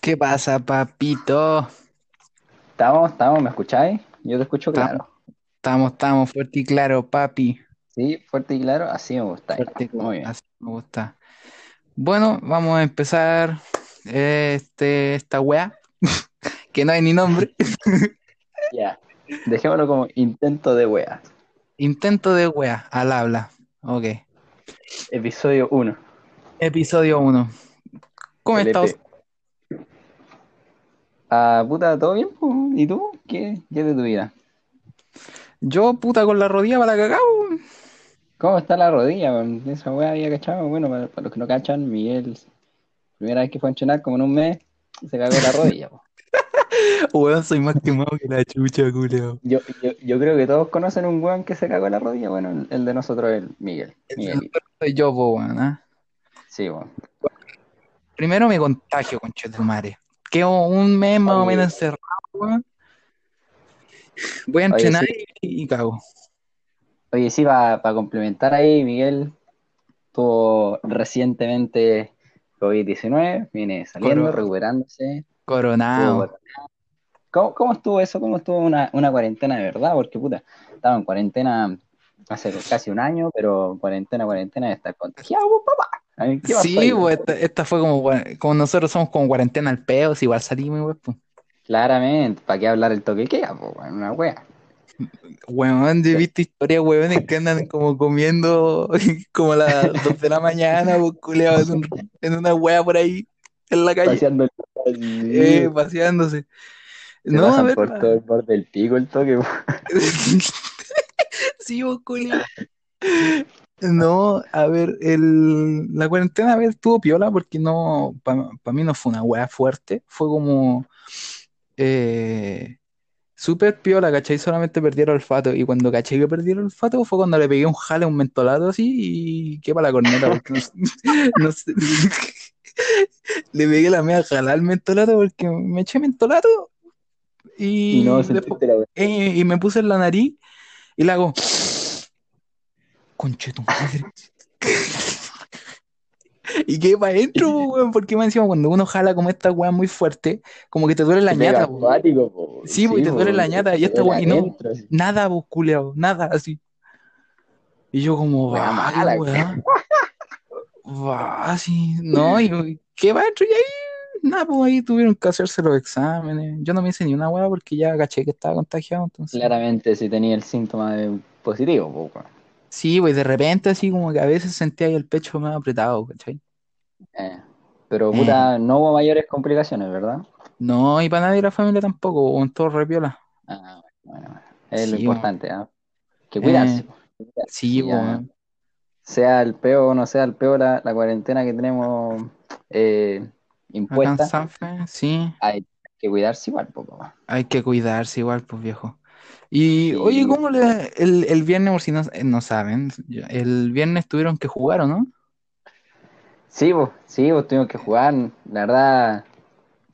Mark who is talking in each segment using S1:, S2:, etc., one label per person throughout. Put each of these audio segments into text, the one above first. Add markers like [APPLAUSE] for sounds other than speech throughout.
S1: ¿Qué pasa, papito?
S2: Estamos, estamos, ¿me escucháis? Yo te escucho
S1: Estamos,
S2: claro.
S1: estamos, estamos, fuerte y claro, papi.
S2: Sí, fuerte y claro, así me gusta.
S1: Fuerte y claro,
S2: Muy bien.
S1: así me gusta. Bueno, vamos a empezar eh, este, esta weá, [LAUGHS] que no hay ni nombre.
S2: Ya. Dejémoslo como intento de wea.
S1: Intento de weá, al habla. Ok.
S2: Episodio 1,
S1: Episodio 1. ¿Cómo
S2: el
S1: estás?
S2: EP. E Ah, puta, ¿todo bien? po? ¿Y tú? ¿Qué, qué de tu vida?
S1: Yo, puta, con la rodilla para la cagada. weón.
S2: ¿Cómo está la rodilla? weón? Esa wea había cachado. Bueno, para, para los que no cachan, Miguel, primera vez que fue a entrenar como en un mes, se cagó la rodilla. po.
S1: Weón, soy [LAUGHS] más quemado que la chucha, culeo.
S2: [LAUGHS] Yo, yo, yo creo que todos conocen un weón que se cagó la rodilla. Bueno, el, el de nosotros, el Miguel. Miguelito.
S1: Soy yo, po, weón, ¿ah?
S2: Sí, weón.
S1: Primero me contagio, conchetumare. Quedo un mes más o menos
S2: Oye,
S1: encerrado, weón. Voy a
S2: oye,
S1: entrenar
S2: sí.
S1: y, y cago.
S2: Oye, sí, para complementar ahí, Miguel tuvo recientemente COVID-19, viene saliendo,
S1: Coro-
S2: recuperándose.
S1: coronado.
S2: Tuvo... ¿Cómo, cómo estuvo eso? ¿Cómo estuvo una, una cuarentena de verdad? Porque, puta, estaba en cuarentena hace casi un año, pero cuarentena, cuarentena de estar contagiado, pues, papá. A ver, ¿qué pasó
S1: Sí, pues.
S2: ahí?
S1: güey, esta, esta fue como, cua- como nosotros somos con cuarentena al pedo, si igual salimos, güey, pues.
S2: Claramente, ¿para qué hablar el toque de queda? Pues, weón, una wea.
S1: Weón, yo he
S2: Sí.
S1: visto historias, weones, que andan como comiendo [LAUGHS] como a las 2 de la mañana, pues, culeados en, un- en una wea por ahí, en la calle,
S2: Paseando el sí,
S1: eh,
S2: weón.
S1: paseándose.
S2: Se
S1: No, a
S2: pasan
S1: ver,
S2: por todo el borde del pico el toque. weón.
S1: [LAUGHS] sí, vos, culeado. No, a ver, el, la cuarentena, a ver, estuvo piola porque no, para mí no fue una wea fuerte, fue como... Eh, Súper piola, ¿cachai? Solamente perdí el olfato. Y cuando caché que perdí el olfato fue cuando le pegué un jale, un mentolado así y qué para la corneta. Porque [LAUGHS] no sé. Le pegué la media jalada al mentolato porque me eché mentolato
S2: Y no
S1: y después
S2: sentiste la wea.
S1: eh, y me puse en la nariz y la hago, conche tu madre. [LAUGHS] Y qué para
S2: [LAUGHS]
S1: adentro, po, weón, porque me encima cuando uno jala como esta weá muy fuerte, como que te duele la
S2: Te pega
S1: ñata, po.
S2: acuático, po.
S1: Sí, po, y
S2: Sí,
S1: te duele
S2: po,
S1: la ñata y
S2: te
S1: esta
S2: duele
S1: weá, y no,
S2: adentro. así.
S1: nada, vos, culeado, nada, así. Y yo como,
S2: Wea
S1: va, qué
S2: mala, wea.
S1: weá, va, sí, no, y yo, qué va, y ahí, nada, pues ahí tuvieron que hacerse los exámenes. Yo no me hice ni una weá porque ya caché que estaba contagiado, entonces.
S2: Claramente si tenía el síntoma de positivo, po, wea.
S1: Sí, pues de repente así como que a veces sentía ahí el pecho más apretado, ¿cachai?
S2: Eh, Pero
S1: Eh,
S2: puta, no hubo mayores complicaciones, ¿verdad?
S1: no, y para nadie de la familia tampoco, o en todo repiola.
S2: Ah, bueno, bueno. Es lo
S1: Sí, weón.
S2: importante, ¿ah? Que
S1: Eh,
S2: cuidarse, po, que cuidarse,
S1: sí,
S2: que ya
S1: weón.
S2: sea el peo o no sea el peo la, la cuarentena que tenemos eh,
S1: Acá en
S2: impuesta,
S1: Sanfe, sí,
S2: hay que cuidarse igual, po, papá.
S1: hay que cuidarse igual, pues viejo. Y oye,
S2: Sí,
S1: ¿cómo le, el, el viernes, por si no, eh, no saben, yo- el viernes tuvieron que jugar, ¿o no?
S2: sí, po, sí, po, tuvimos que jugar, la verdad.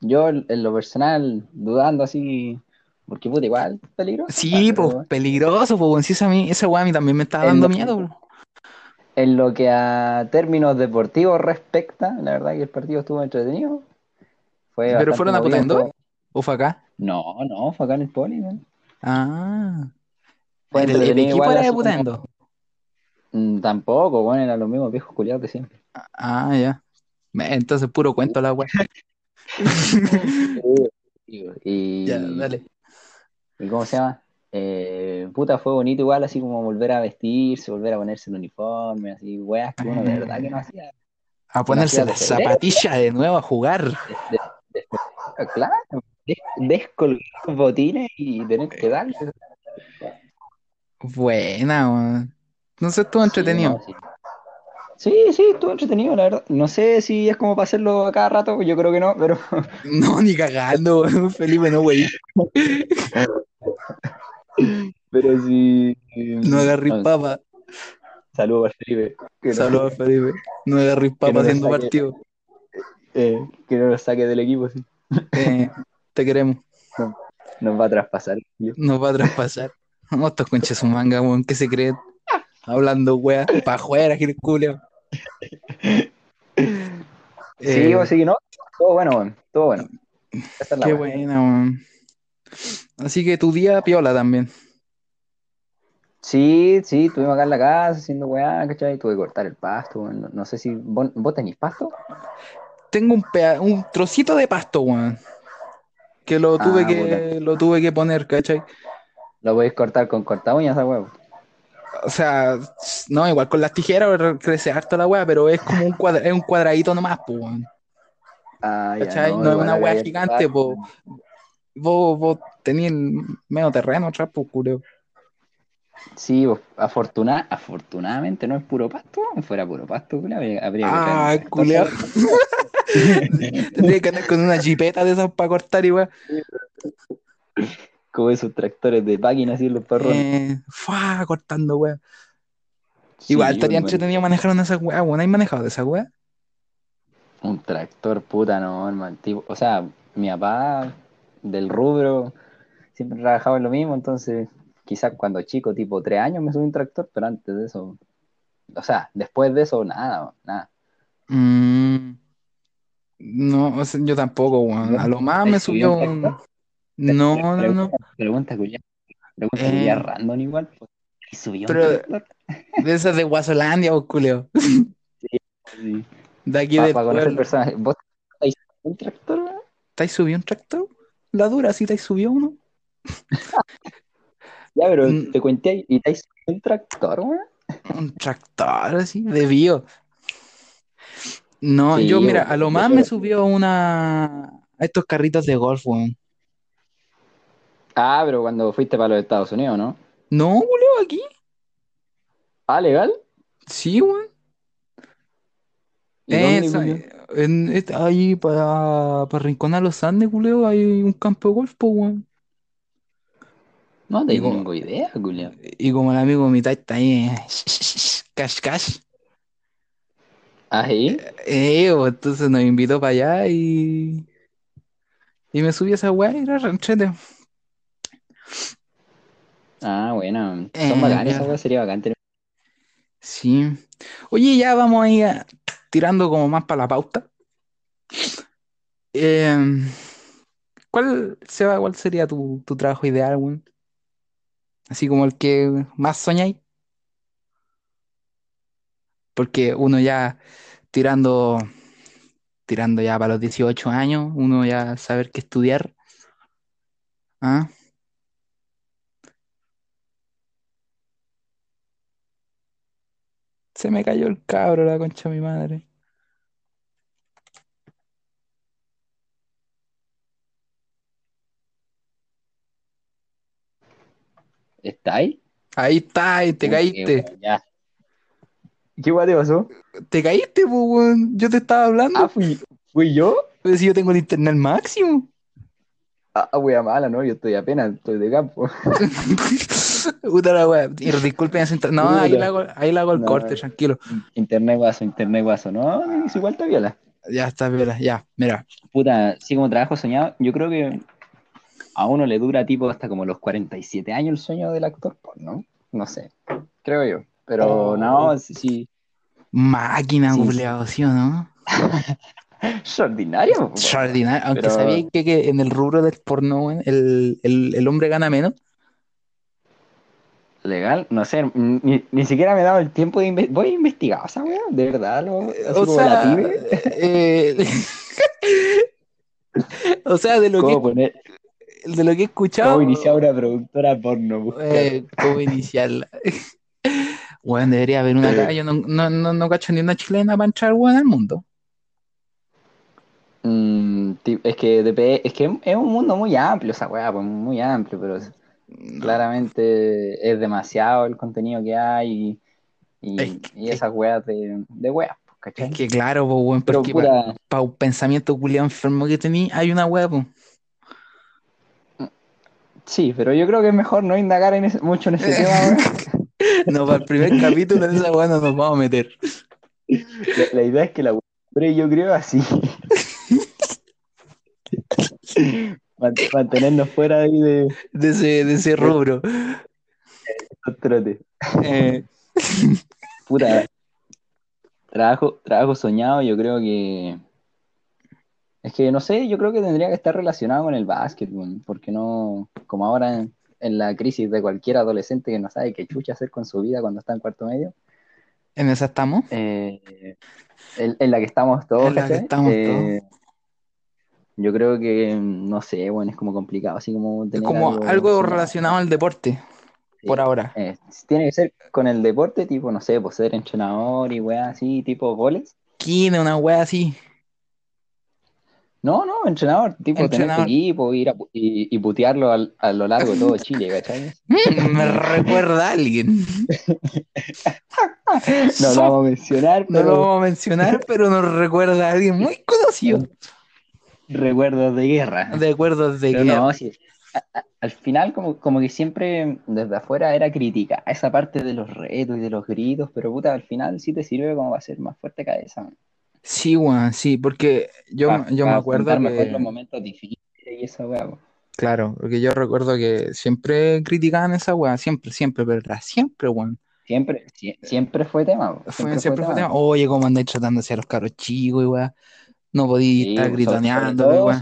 S2: Yo, en lo personal, dudando así, porque puta, igual, peligroso, pa,
S1: Sí, pues
S2: pero
S1: peligroso, pues sí, esa, a mí, esa weá a mí también me estaba
S2: en
S1: dando
S2: lo,
S1: miedo, bro.
S2: en lo que a términos deportivos respecta, la verdad que el partido estuvo entretenido, fue
S1: ¿Pero
S2: bastante
S1: fueron a
S2: movido,
S1: Putaendo?
S2: fue...
S1: ¿O fue acá?
S2: No, no, fue acá en el poli, weón.
S1: Ah,
S2: Fue
S1: ¿el, el
S2: entretenido
S1: equipo
S2: igual,
S1: era de
S2: así como...
S1: Putaendo?
S2: mm, tampoco, bueno, eran los mismos viejos culiados de siempre.
S1: Ah, ya. Me- Entonces, puro cuento la weá.
S2: Sí.
S1: Uh. Ya,
S2: Y...
S1: dale.
S2: ¿Y cómo se llama? Eh, puta, fue bonito igual, así como volver a vestirse, volver a ponerse el uniforme, así, weas que uno de
S1: [LAUGHS]
S2: verdad que no
S1: Eh,
S2: hacía,
S1: a
S2: que no
S1: ponerse
S2: hacía
S1: las
S2: desde febrero,
S1: zapatillas de nuevo a jugar.
S2: de- de- de febrero, claro, des- descolgar los botines y tener que darle.
S1: Buena, weón. No sé, estuvo
S2: Sí,
S1: entretenido.
S2: no, sí. Sí, sí, estuvo entretenido, la verdad. No sé si es como para hacerlo a cada rato, yo creo que no, pero
S1: No, ni cagando, weón. [LAUGHS] Felipe, no, wey.
S2: pero sí.
S1: No
S2: mm,
S1: agarré
S2: no,
S1: papa.
S2: saludos para Felipe, que no,
S1: Saludos, Felipe. No agarré
S2: que
S1: papa
S2: no lo
S1: haciendo
S2: saque,
S1: partido.
S2: eh, que no lo saque del equipo, sí.
S1: Eh, te queremos.
S2: No, nos va a traspasar. tío.
S1: Nos va a traspasar. No, estos conches su manga, weón. ¿Qué se creen? Hablando, weón. Pa' jugar, Gil Culeo.
S2: Sí, o
S1: Eh,
S2: sí, ¿no? Todo bueno, weón. Todo bueno. Esa es la
S1: Qué
S2: weá.
S1: buena, weón. Así que tu día piola también.
S2: Sí, sí, estuvimos acá en la casa haciendo weá, ¿cachai? Tuve que cortar el pasto, weón. No, no sé si. ¿Vos, vos tenés pasto?
S1: Tengo un, pea- un trocito de pasto, weón. Que lo tuve
S2: Ah,
S1: que, lo tuve que poner, ¿cachai?
S2: Lo podéis cortar con corta uñas, esa weá.
S1: O sea, no, igual con las tijeras re- crece harto la weá, pero es como un, cuadra- es un cuadradito nomás, pues, weón.
S2: Ah, ya,
S1: ¿Cachai? No es
S2: igual
S1: una
S2: acá
S1: weá
S2: hay el
S1: gigante,
S2: pasto,
S1: po.
S2: weón.
S1: Vos, vos tenías el medio terreno atrás, pues, culeo.
S2: Sí, vos, afortuna- afortunadamente no es puro pasto, weón. fuera puro pasto, culiao, habría, habría que traer un
S1: Ah,
S2: tractor,
S1: culeo.
S2: weón.
S1: [LAUGHS] Tendría que andar con una jipeta de esas para cortar y weá.
S2: Como esos tractores de página, así los perrones.
S1: Eh, fuá, cortando, weá.
S2: Sí,
S1: Igual estaría
S2: weón, bueno,
S1: entretenido manejar una de esas weas, weón. ¿Hay manejado de esas weas?
S2: un tractor, puta, no, hermano. tipo- o sea, mi papá del rubro siempre trabajaba en lo mismo, entonces quizás cuando chico, tipo tres años, me subí un tractor, pero antes de eso, o sea, después de eso, nada, weón, nada.
S1: Mm, no, o sea, yo tampoco, weón. A lo más me
S2: ¿Te subí
S1: subió
S2: un
S1: un.
S2: tractor?
S1: No, no, no.
S2: Pregunta, pregunta, culiao. Pregunta,
S1: Eh,
S2: culiao, random igual. pues. ¿Y subió un
S1: pero
S2: tractor?
S1: de esas de Guasolandia, vos, culeo.
S2: Sí.
S1: De aquí
S2: Para
S1: del
S2: conocer
S1: pueblo.
S2: personas. ¿Vos estáis un tractor? weón?
S1: ¿Te has subido un tractor? La dura, sí, te has subido uno.
S2: Ya, pero
S1: Un,
S2: te cuenté ahí, y te hice un tractor, weón.
S1: un tractor así, de bio. No, yo,
S2: Sí,
S1: mira,
S2: weón,
S1: a lo
S2: yo
S1: más me
S2: creo.
S1: subió una. A estos carritos de golf, weón.
S2: Ah, pero cuando fuiste para los Estados Unidos, ¿no?
S1: No, culeo, aquí.
S2: Ah, legal.
S1: Sí, weón.
S2: ¿Y dónde,
S1: Eso,
S2: Julio?
S1: eh, en, este- ahí para, para Rincón a los Andes, culeo, hay un campo de golf, po, weón.
S2: No
S1: Y
S2: tengo
S1: como,
S2: idea, Julio.
S1: y como el amigo de mi taita ahí, eh, cash cash,
S2: ¿Ahí?
S1: eh, bo, entonces nos invitó para allá y, y me subí a esa weá y era ranchete.
S2: Ah, bueno. Son
S1: Eh,
S2: bacanes, esa weá
S1: mierda,
S2: sería bacán tener-
S1: sí. Oye, ya vamos ahí a- tirando como más para la pauta. Eh, ¿cuál, Seba, cuál sería tu, tu trabajo ideal, weón? Así como el que más soñáis. porque uno ya tirando, tirando ya para los 18 años, uno ya saber qué estudiar, ¿ah? Se me cayó el cabro, la concha de mi madre.
S2: ¿Está ahí?
S1: Ahí está, y te
S2: Uy, qué
S1: caíste.
S2: weón, ya. ¿Qué weá te pasó?
S1: Te caíste, pues, weón. Yo te estaba
S2: Ah,
S1: hablando.
S2: fui, fui yo.
S1: Pero si yo tengo el internet máximo. [LAUGHS]
S2: Ah, wea mala, ¿no? Yo estoy apenas, estoy de campo.
S1: Puta la wea. Y disculpen, ese inter- no, ahí le
S2: Puta.
S1: hago, ahí le hago el corte,
S2: No.
S1: tranquilo.
S2: Internet guaso, internet guaso. No, es igual te viola.
S1: Ya está, mira, ya, mira.
S2: Puta, sí, como trabajo soñado, yo creo que a uno le dura tipo hasta como los 47 años el sueño del actor porno. No sé, creo yo. Pero
S1: Oh,
S2: no, sí, sí,
S1: máquina,
S2: sí,
S1: googleado, ¿sí o no?
S2: extraordinario, po, weón.
S1: Extraordinario, aunque sabía
S2: Pero
S1: que, que en el rubro del porno, weón, el, el- el hombre gana menos.
S2: legal, no sé, ni, ni- ni siquiera me he dado el tiempo de investigar. Voy a investigar esa weá, de verdad, lo-
S1: Eh,
S2: así
S1: O
S2: como la
S1: sea,
S2: pibe.
S1: [LAUGHS] eh, o sea, de lo que
S2: ¿Cómo poner,
S1: de lo que he
S2: cómo iniciar
S1: escuchado,
S2: una productora porno? Buscar.
S1: eh, cómo [LAUGHS] iniciarla. Bueno, debería haber una acá.
S2: Eh,
S1: Yo no, no, no, no cacho ni una chilena para entrar, weón, al mundo.
S2: mm, ti- es que DP, es que es un mundo muy amplio esa weá, pues muy amplio, pero.
S1: No,
S2: claramente es demasiado el contenido que hay
S1: es,
S2: y,
S1: que-
S2: y
S1: es,
S2: esas weas de, de weas, pues,
S1: es
S2: ¿cachai?
S1: que claro, po, weón,
S2: Pero
S1: porque para
S2: puta,
S1: un pensamiento culiado enfermo que tenía, hay una weá, po.
S2: sí, pero yo creo que es mejor no indagar en ese- mucho en ese
S1: [LAUGHS]
S2: tema, weón.
S1: No, para el primer capítulo de esa weá no nos vamos a meter.
S2: La, la idea es que la wea, yo
S1: [LAUGHS]
S2: creo así, [LAUGHS] man- mantenernos fuera ahí de
S1: de ese, de ese
S2: de
S1: rubro.
S2: estos trotes.
S1: Eh,
S2: Puta, trabajo, trabajo soñado, yo creo que Es que no sé, yo creo que tendría que estar relacionado con el básquet, weón, porque no, como ahora en, en la crisis de cualquier adolescente que no sabe qué chucha hacer con su vida cuando está en cuarto medio,
S1: ¿En esa estamos?
S2: eh, en, en la que estamos todos,
S1: En la que
S2: ¿cachai?
S1: estamos
S2: Eh, Yo creo que, mm, no sé, bueno, es como complicado, así como
S1: Es
S2: tener
S1: como
S2: algo
S1: algo
S2: relacionado.
S1: relacionado al deporte,
S2: Sí.
S1: por ahora.
S2: Eh, tiene que ser con el deporte, tipo, no sé, pues ser entrenador y weá así, tipo goles.
S1: Kine, una wea así. [LAUGHS]
S2: No, no, entrenador, tipo tener tu
S1: Entrenador.
S2: equipo, ir a pu- y, y putearlo al- a lo largo
S1: [LAUGHS]
S2: de todo Chile, ¿cachai?
S1: Mm, me recuerda a alguien.
S2: [LAUGHS] No lo vamos a mencionar,
S1: No
S2: pero
S1: lo vamos a
S2: [LAUGHS]
S1: mencionar, pero nos recuerda a alguien muy conocido.
S2: recuerdos de guerra.
S1: De acuerdo, de
S2: Pero
S1: que
S2: no, sí, a- a- al final como, como que siempre desde afuera era crítica a esa parte de los retos y de los gritos, pero puta, al final sí te sirve como para ser más fuerte cabeza.
S1: Sí, weón, sí, porque yo,
S2: Para,
S1: yo me acuerdo
S2: mejor
S1: que,
S2: los momentos difíciles y esa weá. po.
S1: claro, porque yo recuerdo que siempre criticaban esa weá, siempre, siempre, ¿verdad? Siempre, weón.
S2: Siempre, sie- siempre fue tema, po,
S1: Fue-
S2: siempre fue
S1: siempre fue
S2: tema.
S1: tema, oye, cómo andáis tratando hacia los caros chicos y weá, no podí
S2: Sí,
S1: estar
S2: sobre, sobre
S1: gritoneando,
S2: todo,
S1: weá.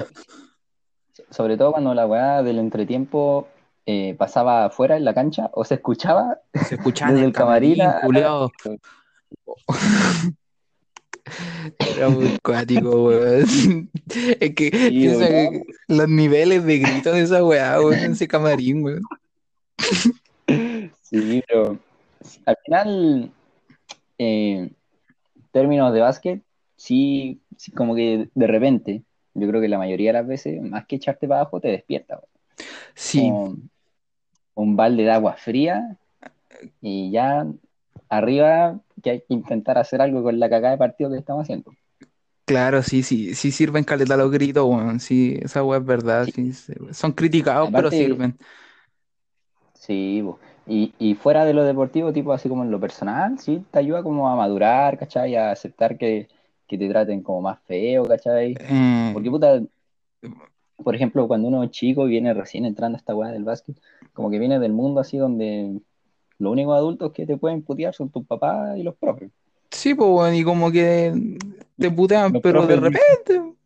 S2: so- sobre todo cuando la weá del entretiempo eh, pasaba afuera en la cancha o se escuchaba
S1: Se escuchaban en
S2: desde
S1: el
S2: el camarín.
S1: camarín,
S2: a-
S1: culiao. [LAUGHS] Era muy cuático, weón. [LAUGHS] Es que
S2: Sí,
S1: piensa
S2: weón.
S1: que los niveles de grito de esa weá, weón, en ese camarín, weón.
S2: Sí, pero al final, eh, términos de básquet, sí, sí, como que de repente, yo creo que la mayoría de las veces, más que echarte para abajo, te despierta. weón.
S1: Sí,
S2: Como un balde de agua fría y ya arriba que hay que intentar hacer algo con la cagada de partido que estamos haciendo.
S1: claro, sí, sí, sí sirven caleta los gritos, weón. Sí, esa weá es verdad,
S2: Sí.
S1: sí, sí, weón. Son criticados, pero
S2: Aparte,
S1: sirven.
S2: sí, bo. y, y fuera de lo deportivo, tipo así como en lo personal, sí, te ayuda como a madurar, ¿cachai? A aceptar que, que te traten como más feo, ¿cachai? Porque
S1: Eh,
S2: puta, por ejemplo, cuando uno es chico y viene recién entrando a esta weá del básquet, como que viene del mundo así donde los únicos adultos que te pueden putear son tus papás y los profes.
S1: sí, pues, weón, y como que te putean,
S2: Los
S1: pero de
S2: profes,
S1: repente,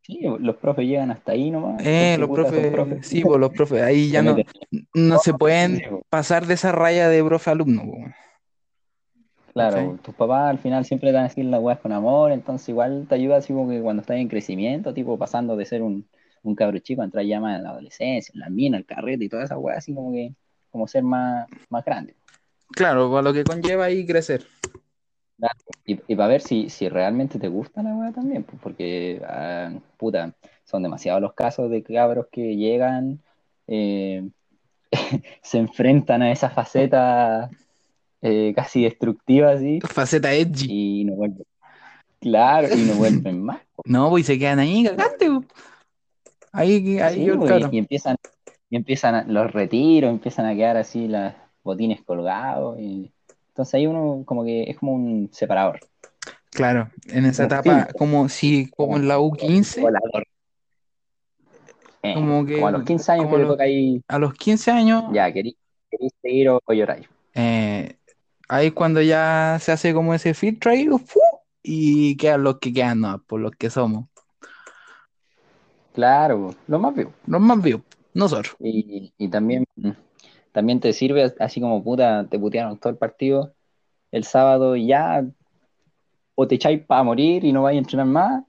S2: sí, los profes llegan hasta ahí nomás,
S1: eh,
S2: porque
S1: los
S2: puta, son profes,
S1: profes, sí, pues, los profes, ahí
S2: te
S1: ya no,
S2: meten
S1: no se
S2: en
S1: pueden
S2: el ojo.
S1: pasar de esa raya de profe-alumno, weón. ¿Cachai?
S2: Claro, pues, tus papás al final siempre te van a decir las weas con amor, entonces igual te ayuda así como que cuando estás en crecimiento, tipo pasando de ser un, un cabro chico a entrar ya más en la adolescencia, en la mina, el carrete y toda esa weá, así como que como ser más, más grande.
S1: Claro, para lo que conlleva ahí crecer.
S2: Y, y para ver si, si realmente te gusta la weá también, pues, porque, ah, puta, son demasiados los casos de cabros que llegan, eh, [LAUGHS] se enfrentan a esa faceta eh, casi destructiva así,
S1: Faceta edgy.
S2: y no vuelven. Claro, y
S1: [LAUGHS]
S2: no vuelven más. po.
S1: No, pues y se quedan ahí, cagaste. po. Ahí, ahí
S2: Sí,
S1: yo el
S2: pues,
S1: caro.
S2: y empiezan, y empiezan a- los retiros, empiezan a quedar así las botines colgados. y- entonces ahí uno como que es como un separador,
S1: Claro, en esa
S2: como un
S1: etapa,
S2: filtro,
S1: como si, como
S2: como
S1: en la
S2: un
S1: U15,
S2: colador. Eh,
S1: como
S2: como a
S1: que
S2: los 15 años
S1: como
S2: que
S1: a
S2: te
S1: los,
S2: toca ahí,
S1: a los 15 años,
S2: ya, querís querís seguir o, o lloráis.
S1: eh, ahí es cuando ya se hace como ese filtro ahí, ¡fu! y quedan los que quedan, no, por los que somos.
S2: Claro, pues, lo más vivo.
S1: Los más vivos, nosotros.
S2: Y, y también, también te sirve así como puta, te putearon todo el partido el sábado y ya, o te echáis para morir y no vais a entrenar más.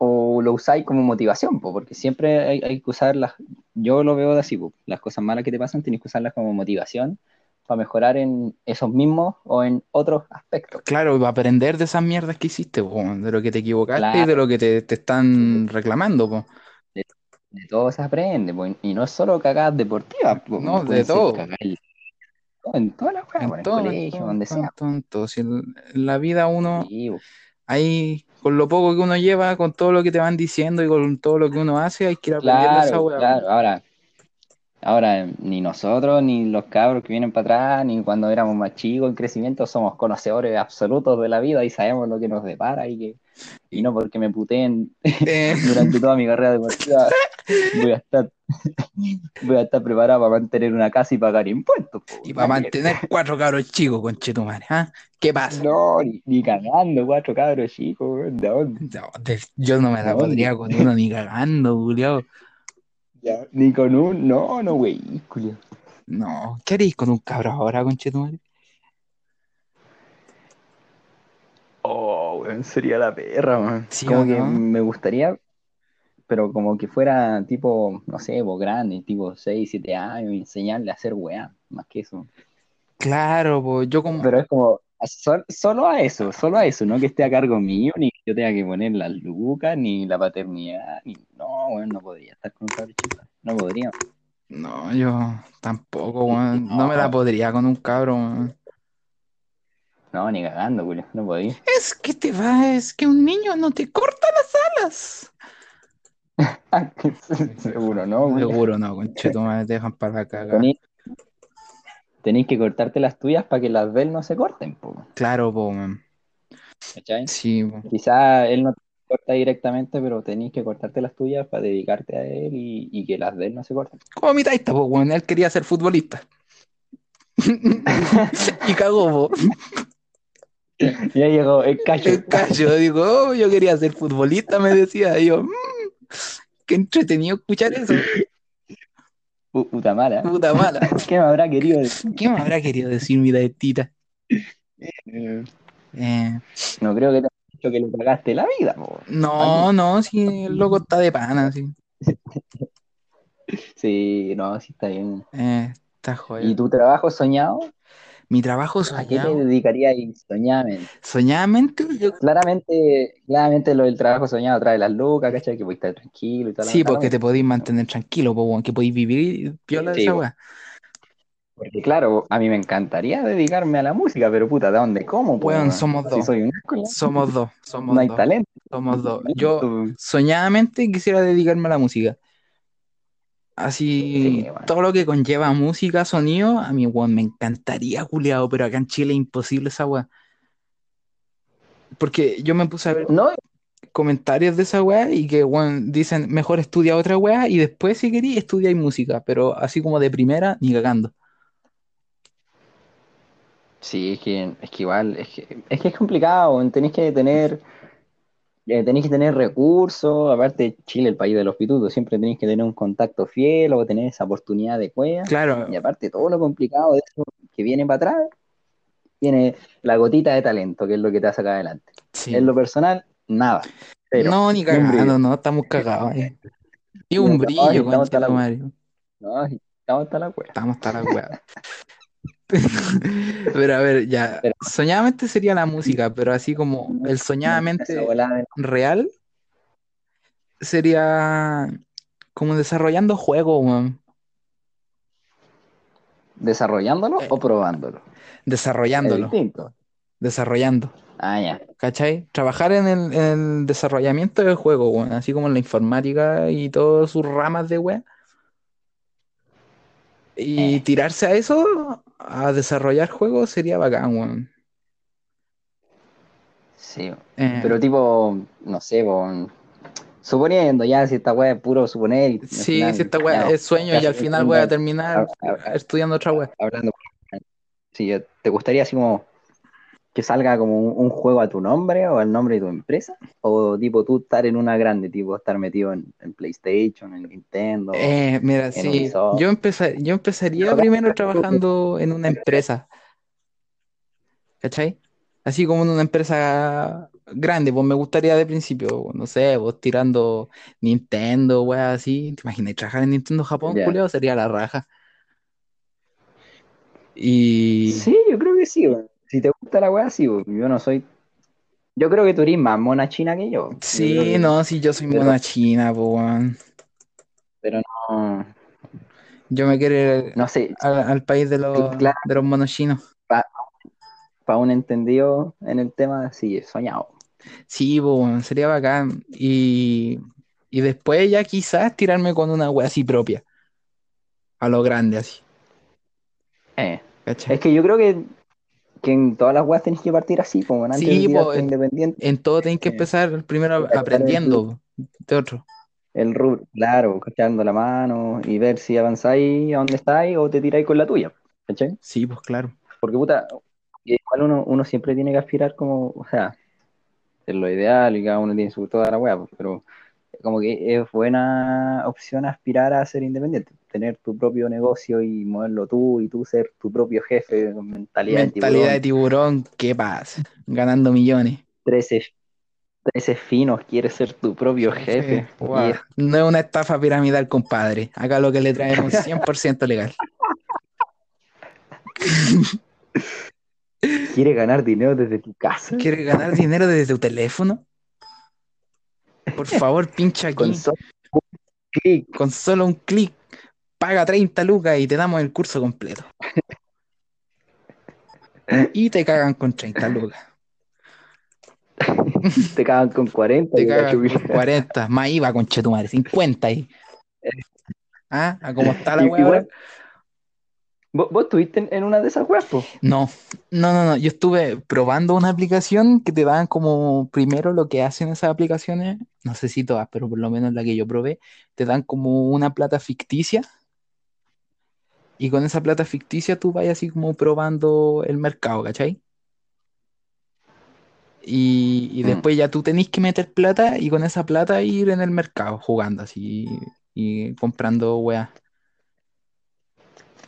S2: o lo usáis como motivación, po, porque siempre hay, hay que usarlas, yo lo veo de así, po, las cosas malas que te pasan tienes que usarlas como motivación para mejorar en esos mismos o en otros aspectos.
S1: Claro, y va a aprender de esas mierdas que hiciste, po, de lo que te equivocaste y de
S2: Claro,
S1: lo que te, te están reclamando, po.
S2: de, de todo se aprende, po, y no es solo cagadas deportivas, po,
S1: No, de
S2: pueden ser
S1: todo.
S2: cagadas en todo, en todas las weas, po, en el
S1: Entonces,
S2: colegio,
S1: entonces,
S2: donde sea.
S1: Si en en la vida uno,
S2: Sí, po,
S1: ahí, con lo poco que uno lleva, con todo lo que te van diciendo y con todo lo que uno hace, hay que ir aprendiendo esa
S2: claro,
S1: weá.
S2: claro, ahora. Ahora, eh, ni nosotros, ni los cabros que vienen para atrás, ni cuando éramos más chicos en crecimiento, somos conocedores absolutos de la vida y sabemos lo que nos depara y que y no porque me puteen
S1: [LAUGHS]
S2: [LAUGHS]
S1: Eh, [LAUGHS]
S2: durante toda mi carrera deportiva voy a estar [LAUGHS] voy a estar preparado para mantener una casa y pagar impuestos. po,
S1: y para
S2: nada que-
S1: mantener cuatro cabros chicos, conchetumare, ¿ah? ¿Qué pasa?
S2: No, ni, ni cagando, cuatro cabros chicos, weón, ¿de dónde?
S1: No, de- yo no me la podría con uno
S2: [LAUGHS]
S1: ni cagando, culiao.
S2: Ya, Ni con un, no, no, güey, culiao.
S1: No, ¿qué haréis con un cabro ahora, conchetumare?
S2: Oh, weón, sería la perra, man.
S1: ¿Sí
S2: como
S1: o
S2: que
S1: no?
S2: me gustaría, pero como que fuera tipo, no sé, vos grande, tipo 6, 7 años, y enseñarle a hacer weá, más que eso.
S1: Claro, pues yo como...
S2: Pero es como, sol- solo a eso, solo a eso, no que esté a cargo mío, ni que yo tenga que poner las lucas, ni la paternidad, ni... No, weón, no podría estar con un cabrón chico, no podría.
S1: No, yo tampoco, weón. No me la
S2: No.
S1: podría con un cabro, weón.
S2: No, ni cagando, Julio, no podía.
S1: Es que te va, es que un niño no te corta las alas.
S2: [LAUGHS] Seguro, no, Julio.
S1: Seguro no, conchetumare, te dejan para la caga.
S2: Tenéis tenéis que cortarte las tuyas para que las de él no se corten, po,
S1: Claro, po, weón.
S2: ¿cachai?
S1: Sí, po.
S2: Quizás él no te corta directamente, pero tenéis que cortarte las tuyas para dedicarte a él y, y que las de él no se corten. [LAUGHS]
S1: Como mi taita, po, weón. Él quería ser futbolista. [LAUGHS] y
S2: [LAUGHS]
S1: cagó, po.
S2: Ya llegó el cacho.
S1: El callo, digo, oh, yo quería ser futbolista, me decía. Y yo, "Mm, qué entretenido escuchar eso.
S2: Pu- Puta mala.
S1: Puta mala.
S2: ¿Qué me habrá querido decir?
S1: ¿Qué me habrá querido decir mi taitita? Eh,
S2: No creo que te haya dicho que le cagaste la vida, po.
S1: no, no, si el loco está de pana, sí.
S2: Sí, no, sí está bien.
S1: Eh, está jodido.
S2: ¿Y tu trabajo soñado?
S1: Mi trabajo
S2: ¿A qué te
S1: soñado.
S2: dedicarías ahí? soñadamente?
S1: Soñadamente, yo-
S2: Claramente, claramente lo del trabajo soñado trae las lucas, ¿cachai? Que voy a estar tranquilo y tal.
S1: Sí, porque te podéis mantener tranquilo, po, weón, que podéis vivir piola de
S2: Sí,
S1: esa
S2: po.
S1: weá.
S2: Porque claro, a mí me encantaría dedicarme a la música, pero puta, ¿de dónde? ¿Cómo? po,
S1: Weón,
S2: weón?
S1: somos
S2: Si
S1: dos.
S2: soy un asco, ya.
S1: Somos dos, somos
S2: no hay
S1: dos,
S2: talento.
S1: somos dos.
S2: no hay
S1: Yo
S2: talento.
S1: soñadamente quisiera dedicarme a la música. Así,
S2: Sí, weón.
S1: todo lo que conlleva música, sonido, a mí, weón, me encantaría, culiao, pero acá en Chile es imposible esa weá. Porque yo me puse a ver
S2: No,
S1: comentarios de esa weá y que, weón, dicen, mejor estudia otra weá y después, si querís, estudiáis música, pero así como de primera, ni cagando.
S2: sí, es que, es que igual, es que es, que es complicado, weón. tenés que tener, eh, tenés que tener recursos, aparte Chile, el país de los pitutos, siempre tenés que tener un contacto fiel o tener esa oportunidad de cueva,
S1: Claro,
S2: y aparte todo lo complicado de eso que viene para atrás, viene la gotita de talento, que es lo que te hace acá adelante.
S1: sí.
S2: En lo personal, nada, pero
S1: No,
S2: [LAUGHS]
S1: ni
S2: ni un brillo.
S1: cagando, no, estamos cagados. eh. Ni un
S2: Ni- ay,
S1: brillo,
S2: estamos hasta la-
S1: conchetumare.
S2: no, estamos hasta la cueva.
S1: Estamos hasta la weá. [LAUGHS] Pero a ver, ya.
S2: Pero- Mm,
S1: Soñadamente sería la música, pero así como el
S2: Esa
S1: soñadamente
S2: volada de-
S1: real sería como desarrollando juego, weón.
S2: ¿Desarrollándolo
S1: Eh,
S2: o probándolo? Es
S1: Desarrollándolo,
S2: distinto.
S1: desarrollando.
S2: Ah, ya.
S1: ¿Cachai? Trabajar en el, en el desarrollamiento del juego, weón. Así como en la informática y todas sus ramas de weá. Y
S2: Eh.
S1: tirarse a eso, a desarrollar juegos, sería bacán, weón.
S2: Sí.
S1: Eh,
S2: Pero tipo, no sé, con... suponiendo ya si esta weá es puro suponer. y al
S1: sí,
S2: final,
S1: si esta weá
S2: ya,
S1: es sueño y
S2: ya
S1: al
S2: se
S1: final
S2: termina
S1: voy a terminar
S2: hab- hab-
S1: estudiando otra weá.
S2: hablando. Sí, ¿te gustaría así como que salga como un, un juego a tu nombre o al nombre de tu empresa? O tipo tú estar en una grande, tipo estar metido en, en PlayStation, en Nintendo.
S1: Eh, mira,
S2: en
S1: sí,
S2: Ubisoft.
S1: yo, empeza- yo empezaría primero trabajando en una empresa, ¿cachai? Así como en una empresa grande, pues me gustaría de principio, no sé, vos tirando Nintendo, weá, así. ¿Te imaginas trabajar en Nintendo Japón,
S2: Ya.
S1: culiao? Sería la raja. Y...
S2: Sí, yo creo que sí, weón. Si te gusta la weá, sí, weón. Yo no soy. Yo creo que tú eres más mona china que yo. Yo creo
S1: Sí,
S2: que-
S1: no, sí, yo soy
S2: Pero-
S1: mona china, po, weón.
S2: Pero no.
S1: Yo me quiero ir
S2: No sé,
S1: al, al país de los,
S2: Claro.
S1: de los monos chinos.
S2: para un entendido en el tema, sí, soñado.
S1: Sí, po, weón, sería bacán. Y, y después ya quizás tirarme con una wea así propia. a lo grande así,
S2: Eh,
S1: ¿cachai?
S2: Es que yo creo que, que en todas las weas tenés que partir así, como antes
S1: Sí,
S2: de
S1: po, es-
S2: tirarte independiente.
S1: En todo tenés que
S2: Eh,
S1: empezar primero
S2: estar
S1: aprendiendo de otro.
S2: El rubro, claro, cachando la mano y ver si avanzáis a donde estáis o te tiráis con la tuya, ¿cachai?
S1: Sí, pues claro.
S2: Porque puta, igual uno, uno siempre tiene que aspirar como, o sea, es lo ideal y cada uno tiene su toda la weá, pues, pero como que es buena opción aspirar a ser independiente, tener tu propio negocio y moverlo tú y tú ser tu propio jefe con mentalidad de
S1: Mentalidad de
S2: tiburón,
S1: tiburón, ¿qué pasa? Ganando millones.
S2: 13, 13 finos, quieres ser tu propio
S1: Sí,
S2: jefe.
S1: guau.
S2: Y es-
S1: No es una estafa piramidal, compadre. Acá lo que le traemos
S2: [LAUGHS]
S1: 100% legal.
S2: quieres ganar dinero desde tu casa
S1: ¿Quieres ganar dinero desde tu teléfono? Por
S2: [LAUGHS]
S1: favor, pincha
S2: con
S1: aquí.
S2: solo un clic.
S1: Con solo un clic, paga 30 lucas y te damos el curso
S2: [LAUGHS]
S1: completo. Y te cagan con 30 lucas.
S2: Te cagan con 40
S1: Te
S2: y la
S1: cagan con
S2: chupita.
S1: 40, más IVA, conchetumare, 50 ahí. ¿Ah? ¿A cómo está la
S2: Y-
S1: wea ahora?
S2: Igual, ¿vo- vos estuviste en, en una de esas weas, po?
S1: No, no, no, no. Yo estuve probando una aplicación que te dan como primero lo que hacen esas aplicaciones, no sé si todas, pero por lo menos la que yo probé, te dan como una plata ficticia y con esa plata ficticia tú vas así como probando el mercado, ¿cachai? Y, y
S2: Mm.
S1: después ya tú tenés que meter plata y con esa plata ir en el mercado jugando así y comprando weas.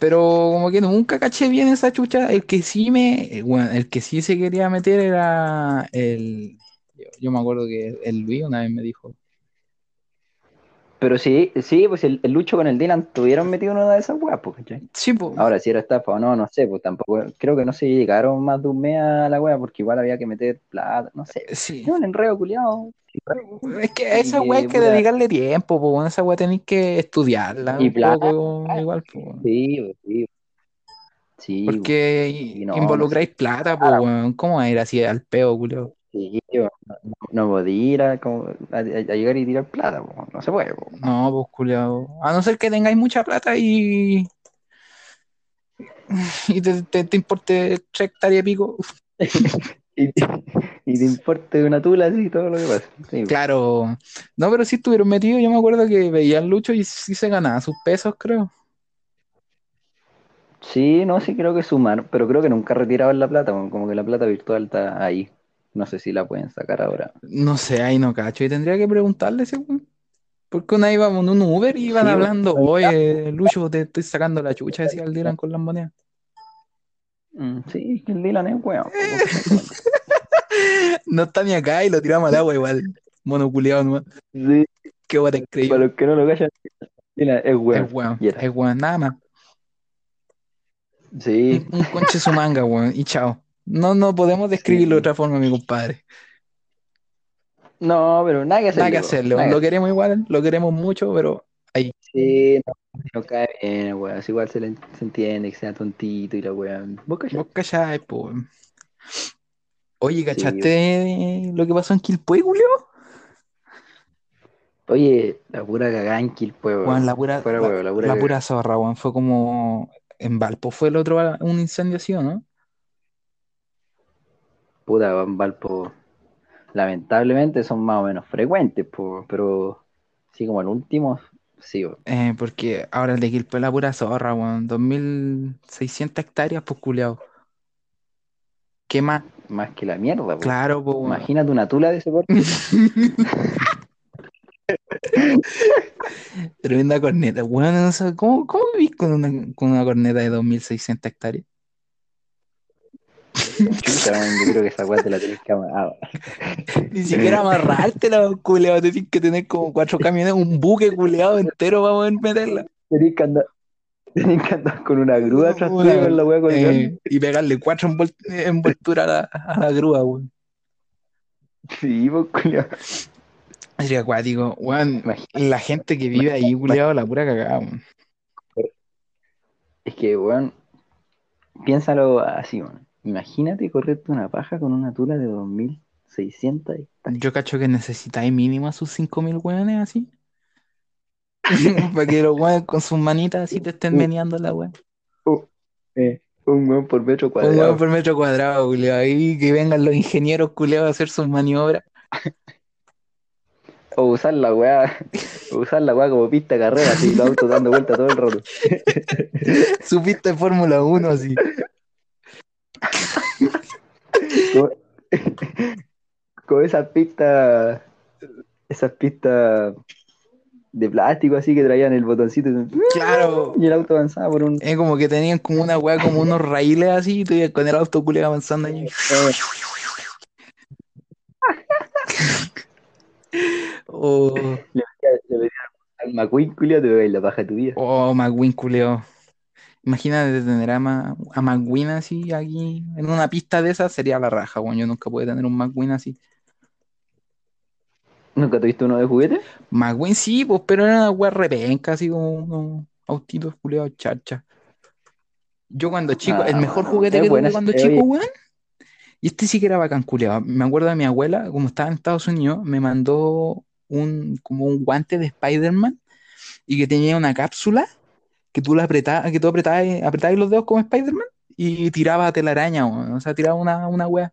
S1: Pero como que nunca caché bien esa chucha. El que sí me, eh, bueno, el que sí se quería meter era el. Yo, yo me acuerdo que el Luis una vez me dijo.
S2: Pero sí, sí, pues el, el Lucho con el Dylan tuvieron metido en una de esas weas, po, ¿cachai?
S1: Sí, po,
S2: Ahora, si era estafa o no, no sé, pues tampoco, creo que no se llegaron más de un mes a la wea, porque igual había que meter plata, no sé.
S1: sí.
S2: Es un enredo culiado.
S1: Es que a
S2: Y
S1: esa weá hay
S2: que,
S1: que
S2: puta,
S1: dedicarle tiempo, po. bueno, Esa weá tenéis que estudiarla
S2: y
S1: un
S2: plata,
S1: poco, igual, po, bueno.
S2: sí, pues, sí, sí, pues. po.
S1: Porque
S2: y
S1: i-
S2: no, no sé,
S1: involucráis plata, po,
S2: Ahora,
S1: bueno. ¿Cómo va a ir así al peo, culiao?
S2: sí, po, no, no- no podía ir a, como- a- a llegar y tirar plata, po, no se puede, po.
S1: No, pues, culiao. A no ser que tengáis mucha plata y, [LAUGHS] y te, te, te importe tres hectáreas y pico.
S2: Y, [LAUGHS] y te importa una tula así todo lo que pasa. Sí, po.
S1: Claro, no, pero sí estuvieron metidos. Yo me acuerdo que veía al Lucho y sí se ganaba sus pesos, creo.
S2: Sí, no, sí creo que sumar, pero creo que nunca retiraban la plata, como como que la plata virtual está ahí. No sé si la pueden sacar ahora.
S1: No sé, ahí no cacho. Y tendría que preguntarle ese weón. Porque una íbamos en un Uber y iban
S2: Sí, bueno, [LAUGHS]
S1: hablando,
S2: ahí está.
S1: oye, Lucho, te estoy sacando la chucha, decía el Dylan con las monedas.
S2: Mm, sí, es que el Dylan es weón. po, ¿por qué no se cuenta?
S1: No está ni acá y lo tiramos al agua igual. Mono culiao, nomás.
S2: Sí,
S1: ¿Qué vos te creí?
S2: para los que no lo callan, Dylan es
S1: Es
S2: weón.
S1: weón,
S2: Y era.
S1: es weón, nada más. Un,
S2: Sí,
S1: un conche su manga, weón, y chao. No, no podemos describirlo de
S2: sí.
S1: otra forma, mi compadre.
S2: No, pero nada que
S1: Nada que
S2: hacerle, po,
S1: hacerle, weón.
S2: nada que
S1: Lo
S2: hacerle.
S1: queremos igual, lo queremos mucho, pero ahí.
S2: Sí, no, no cae bien, weón. Igual se, le, se entiende que sea tontito y la weón. ¿Vos callás?
S1: Vos calláis, po. weón. Oye,
S2: Sí, po.
S1: ¿cachaste lo que pasó en Quilpué, Julio?
S2: Oye, la pura cagá en Quilpue,
S1: Juan,
S2: weón.
S1: la pura,
S2: Fuera,
S1: la,
S2: weón, la pura
S1: la
S2: cagá.
S1: pura zorra, Juan. Fue como en Valpo. Fue el otro val- un incendio así, ¿o no?
S2: Puta, Van Valpo. Lamentablemente son más o menos frecuentes, po, pero sí, como el último, sí, weón.
S1: Eh, porque ahora el de Quilpué es la pura zorra, Juan. 2.600 hectáreas, pues, culiao. ¿Qué más?
S2: más que la mierda, po.
S1: Claro, pues, weón.
S2: Imagínate una tula de ese
S1: [LAUGHS]
S2: porte.
S1: Tremenda corneta, weón. o sea, ¿cómo, cómo vivís con una, con una corneta de 2.600 hectáreas?
S2: Chucha, weón, yo creo que esa weá te la tenés que ah, amarrar.
S1: Ni [LAUGHS] siquiera amarrártela, culeado. Tienes que tener como cuatro camiones, un buque culeado entero para poder meterla.
S2: Tenés que andar, tenés que andar con una grúa atrás
S1: Una-
S2: tuya con la weá colgando.
S1: eh, y pegarle cuatro envol- eh, envolturas a la, a la grúa, weón.
S2: Sí, pues, culiao.
S1: Así acuático, weón.
S2: Imagínate,
S1: La gente que vive ahí,
S2: imagínate.
S1: culeado, la pura cagada, weón. Eh.
S2: Es que, weón, piénsalo así, weón. Imagínate correrte una paja con una tula de 2600 hectáreas.
S1: Yo cacho que necesitáis mínimo a sus 5.000 weones así. [LAUGHS] Para que los weones con sus manitas así te estén
S2: Uh.
S1: meneando la wea.
S2: Uh, eh, un weón por metro
S1: Un
S2: cuadrado.
S1: weón por metro cuadrado, culiao. Ahí que vengan los ingenieros, culiao, a hacer sus maniobras. [LAUGHS]
S2: O usar la weá, o usar la weá como pista de carrera, así los autos dando vuelta todo el rato.
S1: Su pista de Fórmula 1, así.
S2: Como, como esas pistas, esas pistas de plástico así que traían el botoncito y
S1: Claro.
S2: el auto avanzaba
S1: [LAUGHS]
S2: por un.
S1: Es como que tenían como una weá, como unos raíles así, y tú ibas con el auto culiao avanzando ahí. O
S2: Le pedían al McQueen, culiao, te pegáis la paja de tu vida.
S1: oh, McQueen, culiao. Imagínate tener a, Ma- a McQueen así aquí en una pista de esas sería la raja, weón. Yo nunca pude tener un McQueen así.
S2: ¿Nunca tuviste uno de juguete?
S1: McQueen sí, pues, pero era una weá repenca, así como unos autitos culiados chacha. Yo cuando chico,
S2: Ah,
S1: el mejor
S2: bueno,
S1: juguete
S2: es
S1: que
S2: buena
S1: tuve cuando
S2: esa idea,
S1: chico, weón, y este sí que era bacán culiado. Me acuerdo de mi abuela, como estaba en Estados Unidos, me mandó un, como un guante de Spider-Man y que tenía una cápsula que tú la apretabas, que tú apretabas, apretabas los dedos como Spider-Man y tiraba telaraña, weón. O sea, tiraba una, una weá.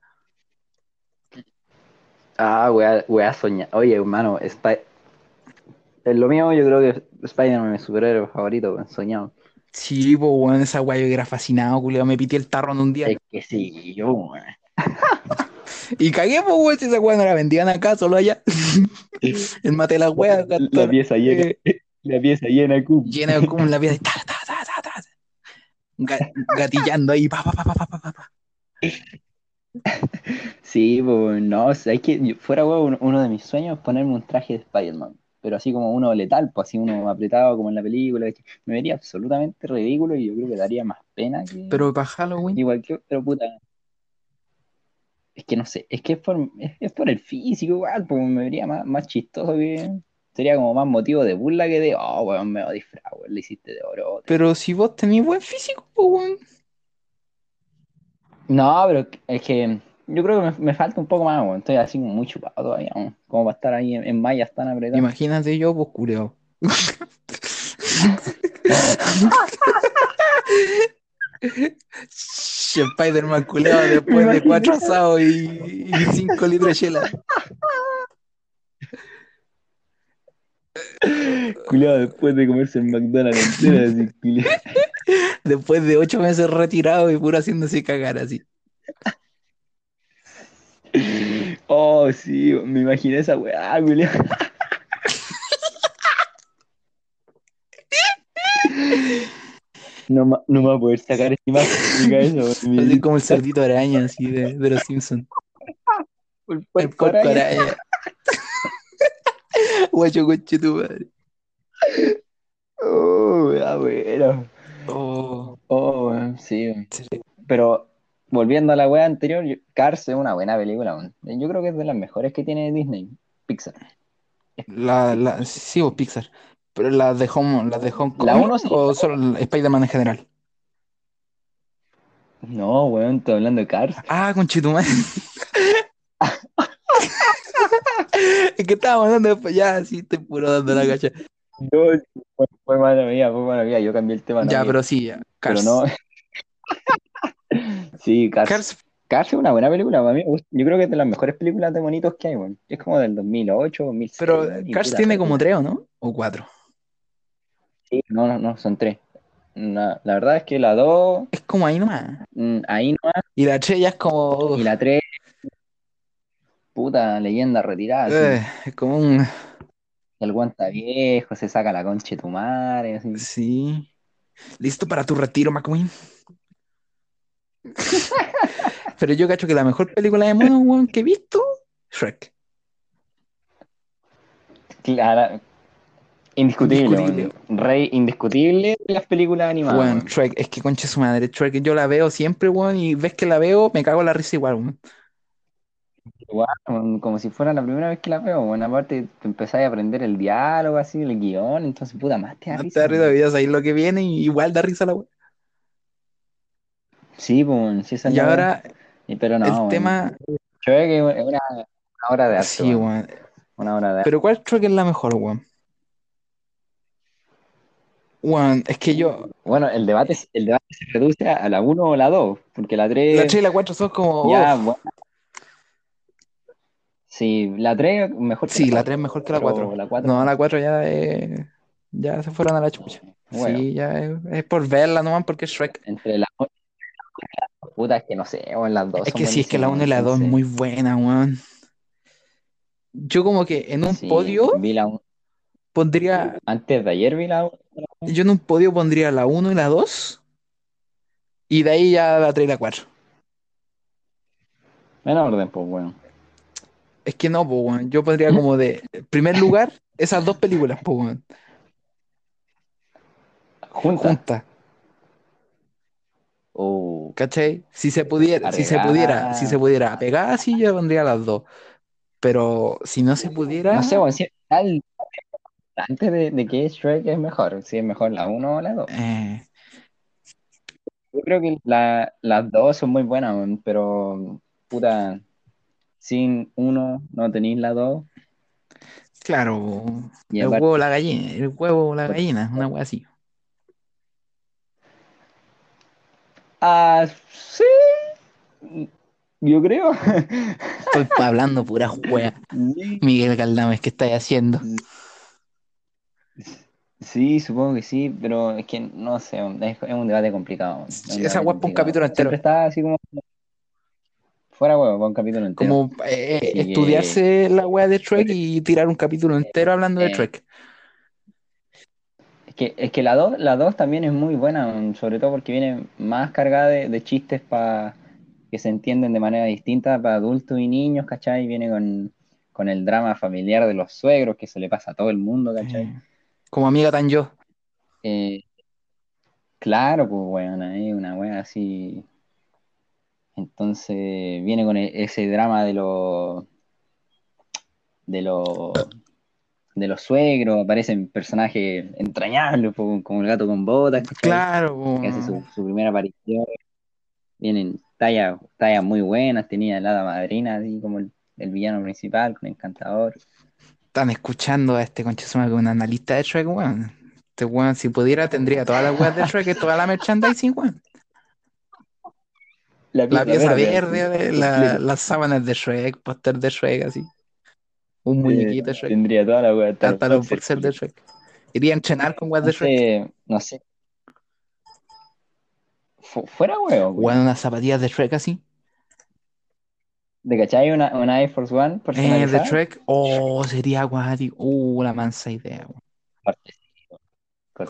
S2: Ah, weá, weá soñar. Oye, hermano, Spy... en lo mío yo creo que Spider-Man es mi superhéroe favorito, weón, soñado.
S1: Sí, pues, weón, esa weá yo era fascinado, culiado. Me pité el tarro en un día.
S2: Es que sí, yo, weón.
S1: Y cagué, pues, weón, si esa weá no la vendían acá, solo allá. [LAUGHS] El mate de la weá,
S2: La pieza llena,
S1: eh,
S2: la pieza llena, cum.
S1: llena como la vida de ta, ta, ta, ta, ta. Ga- gatillando ahí, pa, pa, pa, pa, pa, pa, pa, pa.
S2: Sí, pues no, o sea, es que yo- fuera weón, uno, uno de mis sueños es ponerme un traje de Spider-Man, pero así como uno letal, pues así uno apretado como en la película, ¿cachai? me vería absolutamente ridículo y yo creo que daría más pena que
S1: Pero para Halloween,
S2: igual que pero puta. Es que no sé, es que es por, es, es por el físico igual, pues me vería más, más chistoso que sería como más motivo de burla que de, oh, weón, me lo disfraz, weón, le hiciste de oro.
S1: pero si vos tenés buen físico, pues, weón.
S2: No, pero es que yo creo que me, me falta un poco más, weón. Estoy así como muy chupado todavía, weón. Como para estar ahí en, en mallas tan apretado.
S1: Imagínate yo, pues, [LAUGHS] cureo. Spider-Man culeado después de
S2: Imagínate.
S1: cuatro asados y, y cinco litros de chela.
S2: Culeado después de comerse el McDonald's [LAUGHS] entero, así, culeado.
S1: Después de ocho meses retirado y puro haciéndose cagar así.
S2: Oh, sí, me imaginé esa weá, [LAUGHS] culeado. No, ma- no me voy a poder sacar esta imagen de mi cabeza, weón. Mi-
S1: Así como el cerdito araña, así de, de los Simpsons.
S2: el
S1: El
S2: puerco
S1: porco
S2: araña.
S1: araña.
S2: [LAUGHS]
S1: Guacho, coche, tu madre.
S2: Oh, weá, bueno.
S1: Oh,
S2: Oh, weón, sí, weón.
S1: sí.
S2: Pero volviendo a la wea anterior, yo- Cars es una buena película, weón. Yo creo que es de las mejores que tiene Disney, Pixar.
S1: La, la, sí, o Pixar. Pero las de Home, las de Hong Kong
S2: La uno sí.
S1: o solo el Spider-Man en general.
S2: No, weón, estoy hablando de Cars.
S1: Ah,
S2: [LAUGHS]
S1: conchetumadre. Es que estaba mandando después. Ya, sí, estoy puro dando la cacha.
S2: No, fue, fue mala mía, fue mala mía. Yo cambié el tema. no
S1: Ya,
S2: mía.
S1: pero sí, ya.
S2: Pero
S1: Cars. [LAUGHS]
S2: no. Sí, Cars. Cars.
S1: Cars,
S2: es una buena película, para mí. me gusta. Yo creo que es de las mejores películas de monitos que hay, weón. Es como del 2008, 2006.
S1: pero
S2: weón, y
S1: Cars
S2: puta,
S1: tiene
S2: son-
S1: como tres, ¿o no? O cuatro.
S2: Sí, no, no, no, son tres. Na- la verdad es que la 2,
S1: Es como ahí nomás.
S2: ahí no
S1: Y la tres ya es como.
S2: Y la 3, puta leyenda retirada. así.
S1: eh, es como un.
S2: El guanta viejo, se saca la concha de tu madre. así.
S1: Sí. ¿Listo para tu retiro,
S2: [LAUGHS]
S1: McQueen? Pero yo cacho que la mejor película de mono, weón, que he visto, Shrek.
S2: Clara- indiscutible,
S1: Indiscutible.
S2: weón. Rey indiscutible de las películas animadas.
S1: Weón,
S2: weón.
S1: Shrek, es que conche su madre, Shrek, yo la veo siempre, weón, y ves que la veo, me cago en la risa igual, weón.
S2: Igual, weón, como si fuera la primera vez que la veo. Bueno, aparte te empezás a aprender el diálogo, así, el guión. Entonces, puta, más te da
S1: No te
S2: risa,
S1: da risa,
S2: weón.
S1: videos ahí lo que viene, y igual da risa la weón.
S2: Sí, pues, sí, esa es
S1: Y
S2: la weá.
S1: ahora,
S2: Y- Pero no,
S1: el
S2: weón.
S1: tema.
S2: Yo creo que es una, una obra de arte.
S1: Sí,
S2: weón.
S1: weón.
S2: Una obra de arte.
S1: Pero ¿cuál Shrek es la mejor, weón? Weón, es que yo,
S2: Bueno, el debate, es- el debate se reduce a la 1 o la 2, porque la 3...
S1: la 3 y la 4 son como,
S2: Eh, Ya,
S1: uf,
S2: bueno. Sí, la 3 mejor que
S1: sí, la
S2: la 4.
S1: 3 es mejor que la 4.
S2: la 4.
S1: No, la 4 ya, eh, ya se fueron a la chucha.
S2: Bueno,
S1: Sí, ya es, es por verla nomás porque es Shrek.
S2: entre las putas que no sé, o las dos
S1: Es
S2: son
S1: que sí, es que la 1 y la
S2: buenísimas,
S1: 2 es
S2: entonces.
S1: muy buena, weón. Yo como que en un
S2: Sí,
S1: podio
S2: vi la un-
S1: pondría,
S2: antes de ayer vi la un-
S1: yo en un podio pondría la 1 y la 2 y de ahí ya la 3 y la 4.
S2: En orden, pues bueno.
S1: Es que no, pues, weón. Yo pondría como de primer lugar esas dos películas, pues, weón.
S2: Juntas.
S1: Juntas,
S2: Uh,
S1: ¿cachai? Si se pudiera, si se pudiera, si se
S2: arriesgada.
S1: pudiera pegar, sí, yo pondría las dos. Pero si no se
S2: No sé,
S1: pudiera,
S2: bueno, si está el- antes de, de que Shrek es mejor, si es mejor la 1 o la 2.
S1: eh,
S2: Yo creo que la, las dos son muy buenas, weón, pero puta, sin uno no tenéis la 2
S1: claro, po,
S2: y
S1: el
S2: aparte
S1: huevo, la gallina, el huevo, la gallina, una wea así.
S2: Ah, sí, yo creo. [LAUGHS]
S1: Estoy pa- hablando puras weas.
S2: Sí,
S1: Miguel Galdames, ¿qué estáis haciendo?
S2: sí, supongo que sí, pero es que no sé, es, es un debate complicado, es un
S1: Esa
S2: debate
S1: wea es para un
S2: complicado.
S1: capítulo
S2: Siempre
S1: entero.
S2: está así como fuera huevo, para un capítulo entero.
S1: Como eh,
S2: Así que,
S1: estudiarse la wea de Trek y tirar un capítulo entero hablando de
S2: eh,
S1: Trek.
S2: es que, es que la 2 la dos también es muy buena, sobre todo porque viene más cargada de, de chistes para que se entienden de manera distinta para adultos y niños, ¿cachai? Viene con, con el drama familiar de los suegros que se le pasa a todo el mundo, ¿cachai?
S1: Eh, como amiga tan yo.
S2: Eh, Claro, pues weón, ahí una wea así. Entonces viene con e- ese drama de los de los de los suegros, aparecen personajes entrañables, po, como el gato con botas, ¿cachai?
S1: Claro,
S2: Que hace su,
S1: po.
S2: su primera aparición. Vienen tallas, tallas muy buenas, tenía el hada madrina, así como el, el villano principal, con Encantador.
S1: Están escuchando a este conchesuma que es un analista de Shrek, weón. Este weón, si pudiera, tendría todas las weas de Shrek, toda la merchandising,
S2: [LAUGHS]
S1: weón.
S2: La
S1: La pieza
S2: pieza verde, así,
S1: verde, de la-
S2: completo.
S1: las sábanas de Shrek, póster de Shrek, así. Un
S2: Eh,
S1: muñequito de Shrek,
S2: tendría toda la wea, hasta los
S1: hasta los
S2: boxers.
S1: boxers de Shrek. Iría a entrenar con weas de Shrek.
S2: Entonces, no sé, fu- fuera huevo,
S1: Weón,
S2: weón.
S1: unas zapatillas de Shrek así. Eh,
S2: ¿De cachai? Una, una Air Force One
S1: Eh, de
S2: personalizada.
S1: Shrek. Oh, sería acuático. Uh, la mansa idea, weón.
S2: Cortecito, cortecito.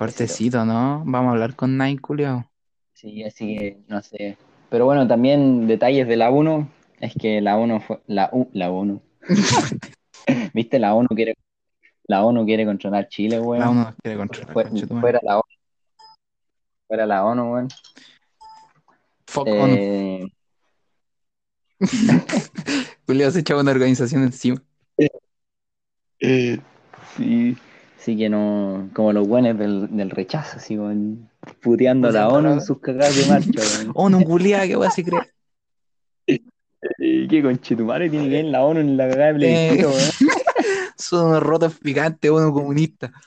S1: Cortecito, ¿no? Vamos a hablar con Nike, culiao.
S2: Sí, así que no sé. Pero bueno, también detalles de la 1. Es que la 1 fue. La, U,
S1: [LAUGHS]
S2: la 1. ¿Viste? La 1 quiere, la ONU quiere controlar Chile,
S1: La
S2: weón.
S1: uno nos quiere controlar,
S2: Fue-
S1: conchetumare.
S2: Fuera la, ONU, fuera la ONU, weón.
S1: Fuck on.
S2: Eh,
S1: Julio se echaba una organización encima.
S2: Eh, sí. Así que no. Como los buenos del, del rechazo, así, weón. Puteando a la
S1: Puteando
S2: ONU en
S1: la...
S2: sus cagadas de marcha, [LAUGHS] weón.
S1: Oh, no, culiá, qué weá se cree.
S2: Eh, ¿Qué conchetumare tiene que ver la ONU en la cagada de
S1: Eh,
S2: plebiscito, weón?
S1: son unos rotos picantes, uno comunista.
S2: [LAUGHS]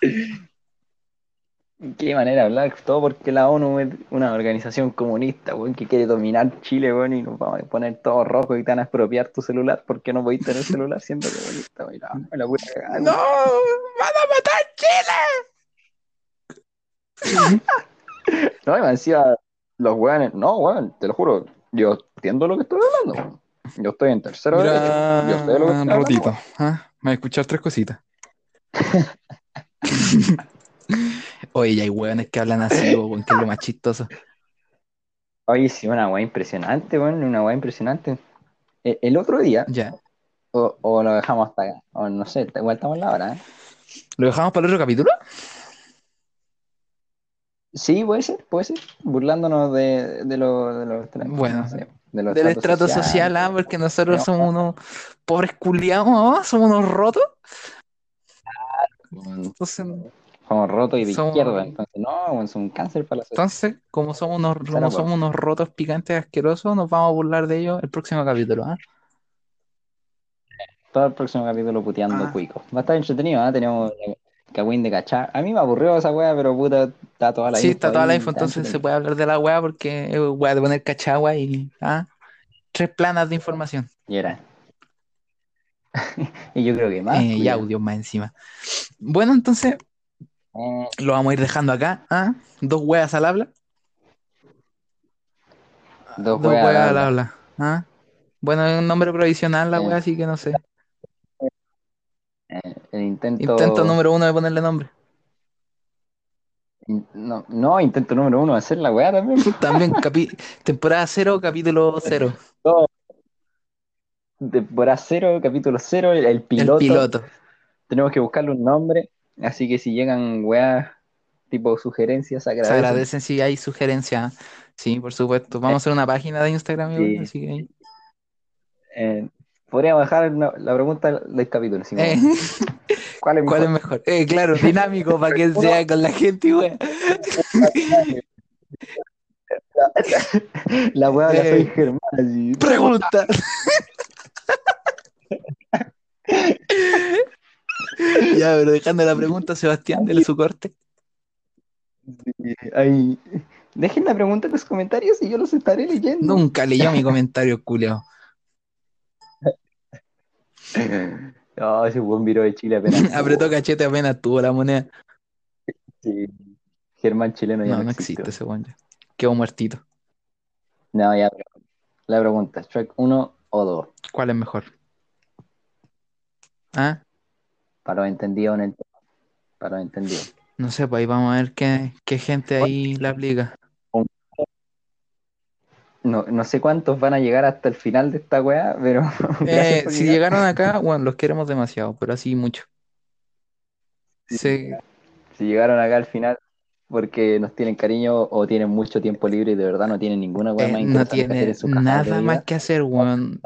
S2: Qué manera de hablar, todo porque la ONU es una organización comunista, weón, que quiere dominar Chile, weón, y nos vamos a poner todo rojo y te van a expropiar tu celular porque no podéis tener celular siendo comunista, weón. Ah, No, me la voy a cagar,
S1: ¡No!
S2: weón.
S1: ¡Van a matar Chile!
S2: No, y me decía los weones, no, weón, te lo juro, yo entiendo lo que estoy hablando, weón. Yo estoy en tercero derecho, eh, yo sé lo que
S1: Mira,
S2: estoy hablando,
S1: Rotito,
S2: weón.
S1: ¿ah? Me voy a escuchar tres
S2: [LAUGHS]
S1: cositas. Oye, ya hay hueones que hablan así, weón, que es lo más chistoso.
S2: Oye, sí, una weá impresionante, weón, una weá impresionante. E- El, otro día,
S1: Ya.
S2: o, o lo dejamos hasta acá, o no sé, igual estamos en la hora, ¿eh?
S1: ¿Lo dejamos para el otro capítulo?
S2: Sí, puede ser, puede ser. Burlándonos de, de, lo- de los tra- no
S1: Bueno,
S2: sé, de los
S1: del
S2: tratos
S1: estrato social,
S2: sociales.
S1: ah, porque nosotros
S2: Pero,
S1: somos unos pobres culiados, ah, Somos unos rotos.
S2: mm,
S1: Entonces,
S2: somos rotos y de izquierda,
S1: somos,
S2: entonces no, bueno, es un cáncer para la sociedad.
S1: entonces, como somos unos,
S2: Será,
S1: como
S2: pues.
S1: somos unos rotos picantes asquerosos, nos vamos a burlar de ellos el próximo capítulo, ¿ah?
S2: Todo el próximo capítulo puteando
S1: Ah.
S2: cuico. Va a estar entretenido, ¿ah? Tenemos, Cagüín de cachar. A mí me aburrió esa weá, pero puta, está toda la
S1: Sí, está toda la info,
S2: está
S1: entonces se
S2: entretenida.
S1: puede hablar de la weá porque es weá de poner cachagua y ah, tres planas de información
S2: Y era. [LAUGHS] y yo creo que más.
S1: eh, y
S2: culiao.
S1: audio más encima. Bueno, entonces
S2: Eh,
S1: lo vamos a ir dejando acá. ¿ah? Dos weas al habla.
S2: dos
S1: Dos weas
S2: weas.
S1: al habla. ¿ah? Bueno, es un nombre provisional la
S2: Eh,
S1: wea, así que no sé.
S2: Eh, el intento.
S1: Intento número uno de ponerle nombre.
S2: in- No, no, intento número uno, hacer la weá también. [LAUGHS]
S1: También capi- temporada cero, capítulo cero.
S2: Temporada cero, capítulo cero, el, el
S1: El
S2: piloto.
S1: piloto.
S2: Tenemos que buscarle un nombre. Así que si llegan weas tipo sugerencias,
S1: Se
S2: agradecen.
S1: agradecen si hay sugerencias. Sí, por supuesto. Vamos a hacer una página de Instagram igual,
S2: Sí.
S1: así que ahí-
S2: Eh, podría bajar una- la pregunta del capítulo. así como,
S1: Eh,
S2: ¿Cuál es
S1: [LAUGHS] ¿Cuál es mejor?
S2: mejor?
S1: Eh, claro, dinámico para que sea con la gente, wea.
S2: [LAUGHS] La wea la
S1: Eh.
S2: soy Germán. así.
S1: Pregunta. ya, pero dejando la pregunta, Sebastián, de su corte.
S2: Ahí. Dejen la pregunta en los comentarios y yo los estaré leyendo. [LAUGHS]
S1: Nunca leyó mi comentario, [LAUGHS] culiao.
S2: No, Ah, ese buen viró de Chile apenas.
S1: [LAUGHS] Apretó cachete apenas tuvo la moneda.
S2: Sí. Germán chileno ya
S1: No,
S2: no,
S1: no
S2: existe.
S1: existe ese weón ya. Quedó muertito.
S2: No, ya. pero- La pregunta, track 1 o 2.
S1: ¿Cuál es mejor? ¿Ah?
S2: Para los entendidos en el tema. Para los entendidos.
S1: No sé, pues ahí vamos a ver qué, qué gente ahí la [LAUGHS] aplica.
S2: No, no sé cuántos van a llegar hasta el final de esta weá, pero. [LAUGHS]
S1: Eh,
S2: gracias por
S1: si
S2: llegar.
S1: llegaron acá, bueno, los queremos demasiado, pero así mucho. Se-
S2: Si llegaron acá al final porque nos tienen cariño o tienen mucho tiempo libre y de verdad no tienen ninguna weá
S1: eh,
S2: más
S1: no
S2: interesante que hacer
S1: tiene
S2: en su caja de
S1: nada
S2: vida,
S1: más que hacer, weón.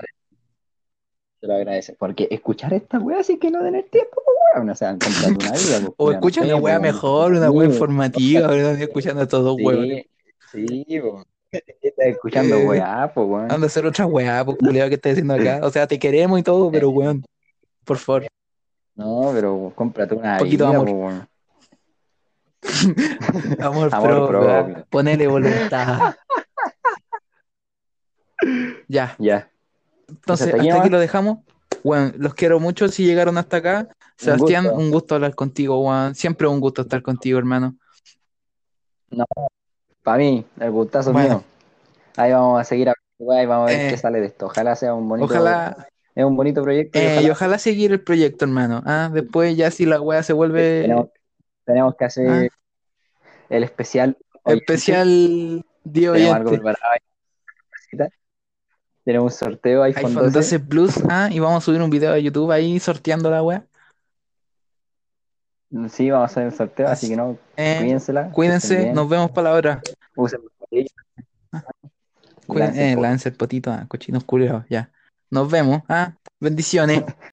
S2: se lo agradece. Porque escuchar esta weá sí que no tener tiempo, pues, weón. O sea, encontrar una vida. pues,
S1: O
S2: weón,
S1: escucha
S2: no sé,
S1: una wea
S2: weón.
S1: mejor, una wea
S2: Sí,
S1: informativa, ¿verdad? Y escuchando a estos dos huevos.
S2: Sí, sí, po.
S1: [LAUGHS]
S2: Estás escuchando,
S1: Eh,
S2: weá, po, weón.
S1: Anda a hacer otra wea, pues, culiao, que estás diciendo acá. O sea, te queremos y
S2: [LAUGHS]
S1: todo, pero weón, por favor.
S2: No, pero cómprate una
S1: Poquito
S2: vida,
S1: amor.
S2: po, weón.
S1: Amor,
S2: Amor
S1: pro,
S2: propio.
S1: ponele voluntad. Ya,
S2: Ya.
S1: entonces hasta
S2: hasta aquí
S1: aquí,
S2: nomás.
S1: lo dejamos. Bueno, los quiero mucho si llegaron hasta acá. Sebastián,
S2: gusto.
S1: un gusto hablar contigo, Juan. Siempre un gusto estar contigo, hermano.
S2: Para mí, el gustazo
S1: Bueno.
S2: mío. Ahí vamos a seguir hablando, weá, y vamos a ver
S1: Eh,
S2: qué sale de esto. Ojalá sea un bonito.
S1: Ojalá,
S2: Es un bonito proyecto. y
S1: eh,
S2: ojalá
S1: y ojalá seguir el proyecto, hermano. Ah, después ya si la wea se vuelve
S2: Tenemos, tenemos que hacer el especial. Oye,
S1: ¿Ah? especial día
S2: Tenemos algo
S1: oyente.
S2: preparado. ahí. Tenemos un sorteo iPhone,
S1: iPhone
S2: 12.
S1: 12 Plus, ah, y vamos a subir un video a YouTube ahí sorteando la wea.
S2: Sí, vamos a hacer el sorteo, así
S1: Así-
S2: que no,
S1: Eh,
S2: cuídensela. que
S1: cuídense,
S2: estén bien,
S1: nos vemos para la hora.
S2: usen mascarilla.
S1: Cuiden,
S2: Lávense el
S1: eh,
S2: poto.
S1: lávense el potito, ah, cochinos culiados, ya. Nos vemos, ah, bendiciones.